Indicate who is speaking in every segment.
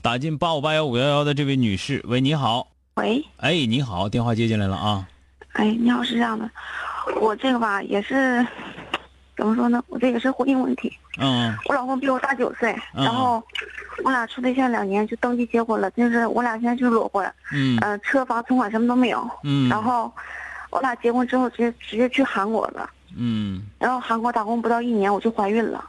Speaker 1: 打进八五八幺五幺幺的这位女士，喂，你好，
Speaker 2: 喂，
Speaker 1: 哎，你好，电话接进来了啊，
Speaker 2: 哎，你好，是这样的，我这个吧也是，怎么说呢？我这也是婚姻问题。
Speaker 1: 嗯
Speaker 2: 我老公比我大九岁，
Speaker 1: 嗯
Speaker 2: 然后我俩处对象两年就登记结婚了，就是我俩现在就是裸婚，
Speaker 1: 嗯
Speaker 2: 呃，车房存款什么都没有。
Speaker 1: 嗯，
Speaker 2: 然后我俩结婚之后直接直接去韩国了，
Speaker 1: 嗯
Speaker 2: 然后韩国打工不到一年我就怀孕了，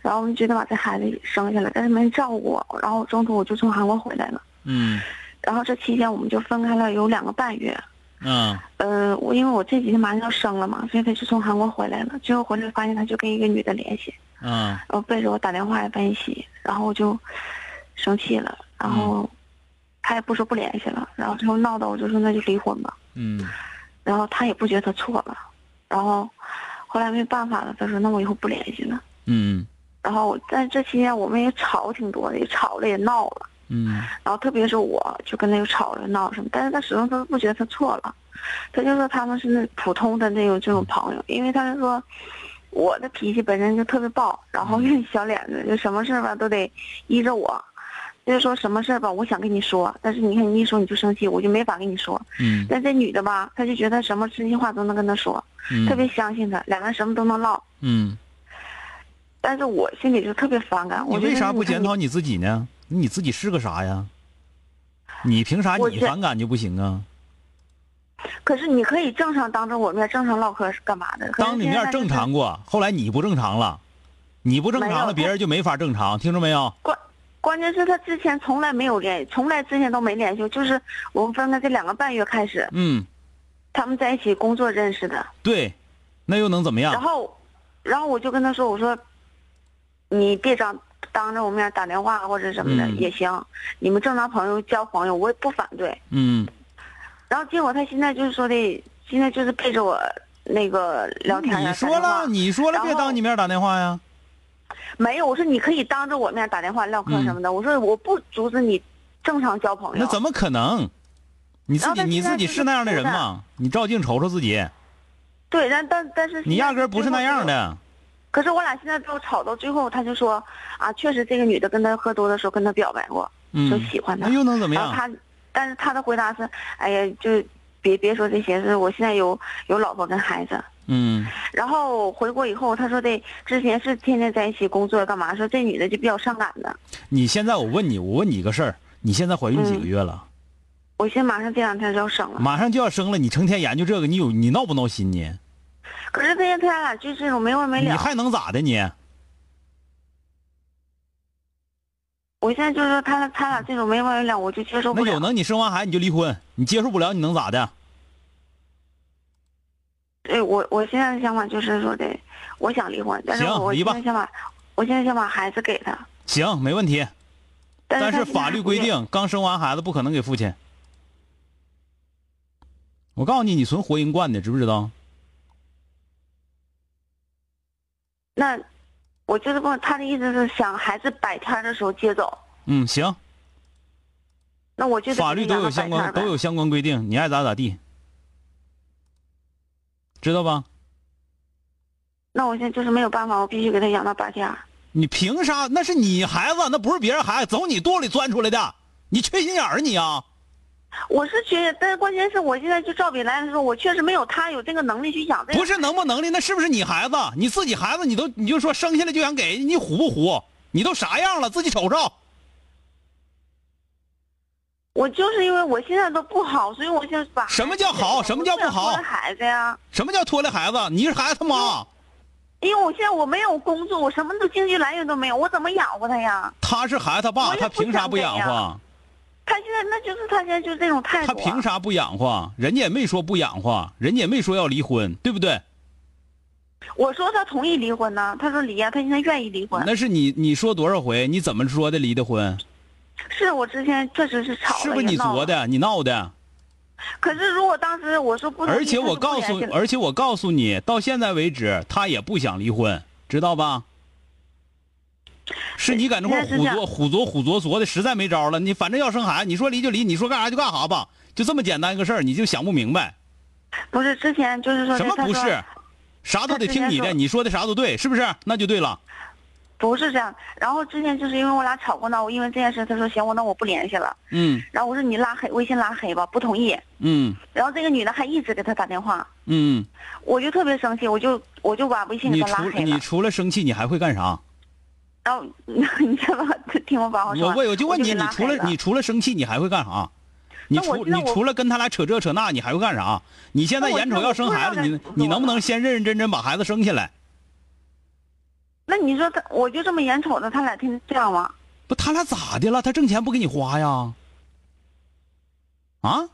Speaker 2: 然后我们决定把这孩子生下来，但是没人照顾我，然后中途我就从韩国回来了，
Speaker 1: 嗯
Speaker 2: 然后这期间我们就分开了有两个半月。
Speaker 1: 嗯
Speaker 2: 呃，我因为我这几天马上要生了嘛，所以他就从韩国回来了。最后回来发现他就跟一个女的联系，
Speaker 1: 嗯
Speaker 2: 然后背着我打电话也不联系，然后我就生气了，然后他也不说不联系了，然后最后闹得我就说那就离婚吧，
Speaker 1: 嗯
Speaker 2: 然后他也不觉得他错了，然后后来没办法了，他说那我以后不联系了。
Speaker 1: 嗯
Speaker 2: 然后我在这期间我们也吵挺多的，也吵了也闹了，
Speaker 1: 嗯
Speaker 2: 然后特别是我就跟他又吵了闹什么，但是他始终都不觉得他错了，他就说他们是那普通的那种这种朋友，因为他是说我的脾气本身就特别暴，然
Speaker 1: 嗯
Speaker 2: 后又小脸子，就什么事儿吧都得依着我，就是说什么事儿吧我想跟你说，但是你看你一说你就生气，我就没法跟你说。
Speaker 1: 嗯
Speaker 2: 但这女的吧，她就觉得什么真心话都能跟他说，
Speaker 1: 嗯，
Speaker 2: 特别相信他，两个人什么都能唠。
Speaker 1: 嗯。
Speaker 2: 但是我心里就特别反感，
Speaker 1: 你
Speaker 2: 我觉
Speaker 1: 为
Speaker 2: 得
Speaker 1: 啥不
Speaker 2: 你看
Speaker 1: 检
Speaker 2: 你
Speaker 1: 讨你自己呢？你自己是个啥呀？你凭啥
Speaker 2: 我
Speaker 1: 你
Speaker 2: 觉
Speaker 1: 反感就不行啊？
Speaker 2: 可是你可以正常当着我面正常唠嗑是干嘛的？可是
Speaker 1: 当你
Speaker 2: 现在
Speaker 1: 面
Speaker 2: 就是
Speaker 1: 正常过，后来你不正常了，你不正
Speaker 2: 没
Speaker 1: 常
Speaker 2: 有
Speaker 1: 了，别人就没法正常，听着没有？
Speaker 2: 关关键是他之前从来没有联系，从来之前都没联系，就是我们分开这两个半月开始，
Speaker 1: 嗯，
Speaker 2: 他们在一起工作认识的。
Speaker 1: 对，那又能怎么
Speaker 2: 然
Speaker 1: 样？
Speaker 2: 后，然后我就跟他说：“我说，你别当当着我面打电话或者什么的、
Speaker 1: 嗯
Speaker 2: 也行，你们正常朋友交朋友，我也不反对。
Speaker 1: 嗯，”
Speaker 2: 然后结果他现在就是说的，现在就是背着我那个聊天呀
Speaker 1: 你
Speaker 2: 打
Speaker 1: 说
Speaker 2: 电话
Speaker 1: 了，你说了，
Speaker 2: 然
Speaker 1: 别
Speaker 2: 后
Speaker 1: 当你面打电话呀。
Speaker 2: 没有，我说你可以当着我面打电话唠嗑什么的，我说我不阻止你正常交朋友。
Speaker 1: 嗯那怎么可能？你
Speaker 2: 然
Speaker 1: 自
Speaker 2: 后
Speaker 1: 己
Speaker 2: 他
Speaker 1: 你
Speaker 2: 现在
Speaker 1: 自己
Speaker 2: 就是
Speaker 1: 是那样的
Speaker 2: 不
Speaker 1: 人
Speaker 2: 在
Speaker 1: 吗？你照镜瞅瞅自己，
Speaker 2: 对，但但但
Speaker 1: 你
Speaker 2: 是现在
Speaker 1: 压根儿不是那样的。
Speaker 2: 可是我俩现在都吵到最后，他就说啊，确实这个女的跟他喝多的时候跟他表白过，就
Speaker 1: 嗯，
Speaker 2: 喜欢他。
Speaker 1: 那又能怎么
Speaker 2: 然后
Speaker 1: 样？
Speaker 2: 他，但是他的回答是，哎呀，就别别说这些事，我现在有有老婆跟孩子。
Speaker 1: 嗯
Speaker 2: 然后回国以后，他说的之前是天天在一起工作干嘛？说这女的就比较上赶的。
Speaker 1: 你现在我问你，我问你一个事儿，你现在怀孕几个
Speaker 2: 嗯
Speaker 1: 月了？
Speaker 2: 我现在马上这两天就要生了，
Speaker 1: 马上就要生了，你成天研究这个，你有你闹不闹心你？
Speaker 2: 可是这些他俩就是这种没完没
Speaker 1: 你
Speaker 2: 了。
Speaker 1: 还能咋的你？
Speaker 2: 我现在就是说他俩他俩这种没完没了，我就接受
Speaker 1: 那
Speaker 2: 不
Speaker 1: 有
Speaker 2: 了。
Speaker 1: 能你生完孩子你就离婚，你接受不了你能咋的？
Speaker 2: 对我我现在的想法就是说的，我想离婚，但是
Speaker 1: 行
Speaker 2: 我我
Speaker 1: 离
Speaker 2: 现
Speaker 1: 吧
Speaker 2: 在想把，我现在想把孩子给他，
Speaker 1: 行，没问题。
Speaker 2: 呃但是
Speaker 1: 但
Speaker 2: 他
Speaker 1: 是
Speaker 2: 现在
Speaker 1: 法
Speaker 2: 还
Speaker 1: 律
Speaker 2: 不
Speaker 1: 规
Speaker 2: 愿意，
Speaker 1: 定，刚生完孩子不可能给父亲。我告诉你，你存活婴罐的，知不知道？
Speaker 2: 那我就是问他的意思是想孩子摆摊儿的时候接走，
Speaker 1: 嗯，行，
Speaker 2: 那我就得
Speaker 1: 法
Speaker 2: 给
Speaker 1: 律
Speaker 2: 他
Speaker 1: 都
Speaker 2: 养
Speaker 1: 有
Speaker 2: 个摆
Speaker 1: 相
Speaker 2: 摊
Speaker 1: 关
Speaker 2: 儿呗
Speaker 1: 都有相关规定，你爱咋咋地，知道吧？
Speaker 2: 那我现在就是没有办法，我必须给他养到白天儿。
Speaker 1: 你凭啥？那是你孩子，那不是别人孩子，走你肚里钻出来的，你缺心眼儿你啊！
Speaker 2: 我是觉得，但是关键是我现在就照比来说，我确实没有他有这个能力去养这个。
Speaker 1: 不是能不能力，那是不是你孩子？你自己孩子，你都你就说生下来就想给你虎不虎？你都啥样了？自己瞅瞅。
Speaker 2: 我就是因为我现在都不好，所以我就把
Speaker 1: 什么叫好？什么叫不
Speaker 2: 我
Speaker 1: 好
Speaker 2: 想拖着？孩子呀，
Speaker 1: 什么叫拖累孩子？你是孩子他
Speaker 2: 嗯
Speaker 1: 妈，
Speaker 2: 因为我现在我没有工作，我什么都经济来源都没有，我怎么养活他呀？
Speaker 1: 他是孩子他
Speaker 2: 我
Speaker 1: 爸，
Speaker 2: 也
Speaker 1: 他
Speaker 2: 不
Speaker 1: 凭啥
Speaker 2: 想
Speaker 1: 不
Speaker 2: 这
Speaker 1: 养
Speaker 2: 样
Speaker 1: 活？
Speaker 2: 他现在那就是他现在就是这种态度
Speaker 1: 他
Speaker 2: 啊、
Speaker 1: 凭啥不养活？人家也没说不养活，人家也没说要离婚，对不对？
Speaker 2: 我说他同意离婚呢，他说离啊呀、他现在愿意离婚。
Speaker 1: 那是你你说多少回？你怎么说的离的婚？
Speaker 2: 是我之前确实是吵了，
Speaker 1: 是不是
Speaker 2: 也
Speaker 1: 你
Speaker 2: 闹
Speaker 1: 作
Speaker 2: 了？
Speaker 1: 的？你闹的？
Speaker 2: 可是如果当时我说不同意，
Speaker 1: 而且我告
Speaker 2: 他就不
Speaker 1: 诉
Speaker 2: 联系，了
Speaker 1: 而且我告诉你，到现在为止，他也不想离婚，知道吧？是你搁那块儿
Speaker 2: 现
Speaker 1: 虎
Speaker 2: 在是这样
Speaker 1: 作虎作虎作作的，实在没招了。你反正要生孩子，你说离就离，你说干啥就干啥吧，就这么简单一个事儿，你就想不明白。
Speaker 2: 不是之前就是说
Speaker 1: 什么
Speaker 2: 他
Speaker 1: 不
Speaker 2: 说
Speaker 1: 是？啥都得
Speaker 2: 他之
Speaker 1: 听
Speaker 2: 前
Speaker 1: 你的，
Speaker 2: 说
Speaker 1: 你说的啥都对，是不是？那就对了。
Speaker 2: 不是这样。然后之前就是因为我俩吵过闹，我因为这件事，他说行，我那我不联系了。
Speaker 1: 嗯
Speaker 2: 然后我说你拉黑微信拉黑吧，不同意。
Speaker 1: 嗯
Speaker 2: 然后这个女的还一直给他打电话，
Speaker 1: 嗯，
Speaker 2: 我就特别生气，我就我就把微信给
Speaker 1: 你
Speaker 2: 他拉
Speaker 1: 除
Speaker 2: 黑
Speaker 1: 你
Speaker 2: 了。
Speaker 1: 除了生气，你还会干啥？
Speaker 2: 然后 你知哦道吧？听我把话说
Speaker 1: 我
Speaker 2: 完，
Speaker 1: 问，我就问你，
Speaker 2: 给
Speaker 1: 你
Speaker 2: 拉
Speaker 1: 除
Speaker 2: 黑
Speaker 1: 了你除了生气，你还会干啥？啊你
Speaker 2: 那我
Speaker 1: 除
Speaker 2: 那
Speaker 1: 你
Speaker 2: 我
Speaker 1: 除了跟他俩扯这扯那，你还会干啥？啊你现在
Speaker 2: 那我
Speaker 1: 眼瞅
Speaker 2: 那
Speaker 1: 要
Speaker 2: 我
Speaker 1: 生
Speaker 2: 不知
Speaker 1: 孩
Speaker 2: 道
Speaker 1: 子，
Speaker 2: 该
Speaker 1: 你
Speaker 2: 怎么
Speaker 1: 你
Speaker 2: 做
Speaker 1: 能不
Speaker 2: 了
Speaker 1: 能先认认真真把孩子生下来？
Speaker 2: 那你说他，我就这么眼瞅着他俩天天这样吗？
Speaker 1: 不，他俩咋的了？他挣钱不给你花呀？啊？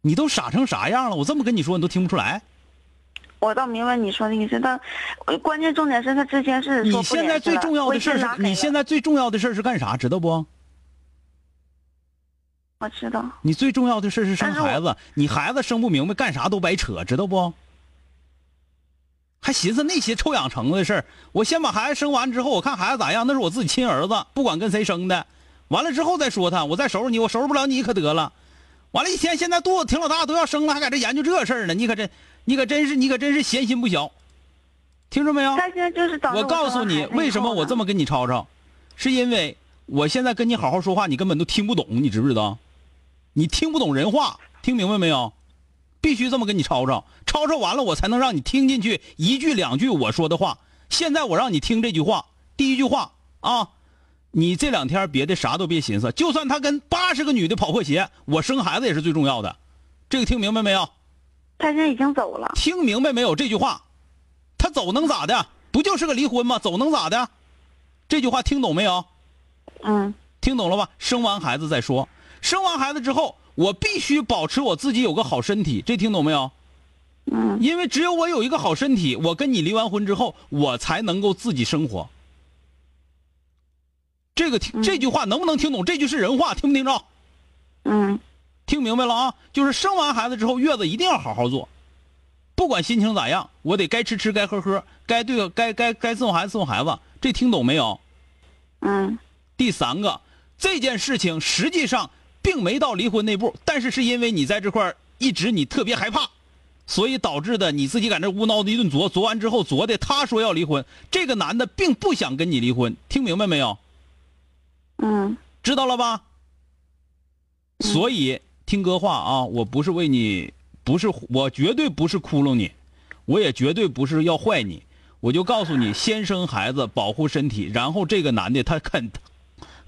Speaker 1: 你都傻成啥样了？我这么跟你说，你都听不出来？
Speaker 2: 我倒明白你说的意思，但呃关键重点是他之前是说
Speaker 1: 你
Speaker 2: 不
Speaker 1: 现在
Speaker 2: 联系
Speaker 1: 最
Speaker 2: 了
Speaker 1: 重要
Speaker 2: 微
Speaker 1: 的事
Speaker 2: 信
Speaker 1: 儿是，
Speaker 2: 拉黑
Speaker 1: 你
Speaker 2: 了
Speaker 1: 现在最重要的事儿是干啥？知道不？
Speaker 2: 我知道，
Speaker 1: 你最重要的事儿是生
Speaker 2: 但是我
Speaker 1: 孩子，你孩子生不明白，干啥都白扯，知道不？还寻思那些臭氧层子的事儿，我先把孩子生完之后，我看孩子咋样，那是我自己亲儿子，不管跟谁生的，完了之后再说他，我再收拾你，我收拾不了你可得了。完了，一天现在肚子挺老大，都要生了，还搁这研究这事儿呢，你可真，你可真是，你可真是闲心不小，听着没有？
Speaker 2: 他现在就是导致
Speaker 1: 我告诉你，为什么我这
Speaker 2: 么
Speaker 1: 么跟你吵吵，是因为我现在跟你好好说话，你根本都听不懂，你知不知道？你听不懂人话，听明白没有？必须这么跟你吵吵，吵吵完了我才能让你听进去一句两句我说的话。现在我让你听这句话，第一句话啊，你这两天别的啥都别寻思，就算他跟八十个女的跑破鞋，我生孩子也是最重要的。这个听明白没有？
Speaker 2: 他现在已经走了，
Speaker 1: 听明白没有这句话？他走能咋的？不就是个离婚吗？走能咋的？这句话听懂没有？
Speaker 2: 嗯，
Speaker 1: 听懂了吧？生完孩子再说。生完孩子之后，我必须保持我自己有个好身体，这听懂没有？嗯。因为只有我有一个好身体，我跟你离完婚之后，我才能够自己生活。这个听这句话能不能听懂？这句是人话，听不听着？
Speaker 2: 嗯，
Speaker 1: 听明白了啊，就是生完孩子之后，月子一定要好好做，不管心情咋样，我得该吃吃，该喝喝，该对该该该伺候孩子伺候孩子，这听懂没有？
Speaker 2: 嗯，
Speaker 1: 第三个，这件事情实际上并没到离婚那步，但是是因为你在这块儿一直你特别害怕，所以导致的你自己在那呜闹的一顿作，作完之后作的他说要离婚，这个男的并不想跟你离婚，听明白没有？
Speaker 2: 嗯，
Speaker 1: 知道了吧？所以听哥话啊，我不是为你，不是我绝对不是窟窿你，我也绝对不是要坏你，我就告诉你，先生孩子，保护身体，然后这个男的他肯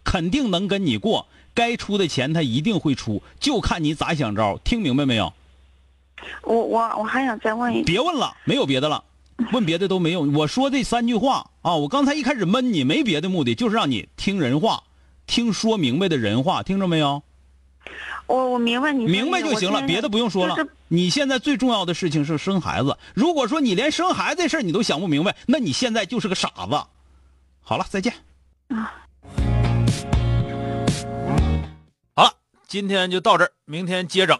Speaker 1: 肯定能跟你过，该出的钱他一定会出，就看你咋想招，听明白没有？
Speaker 2: 我我我还想再问一句，
Speaker 1: 别问了，没有别的了，问别的都没用。我说这三句话啊，我刚才一开始闷你，没别的目的，就是让你听人话，听说明白的人话，听着没有？
Speaker 2: 我我明白你说的意思，
Speaker 1: 明白就行了，
Speaker 2: 我听着
Speaker 1: 别的不用说了
Speaker 2: 就是。
Speaker 1: 你现在最重要的事情是生孩子。如果说你连生孩子这事儿你都想不明白，那你现在就是个傻子。好了，再见。
Speaker 2: 啊
Speaker 3: 好了，今天就到这儿，明天接整。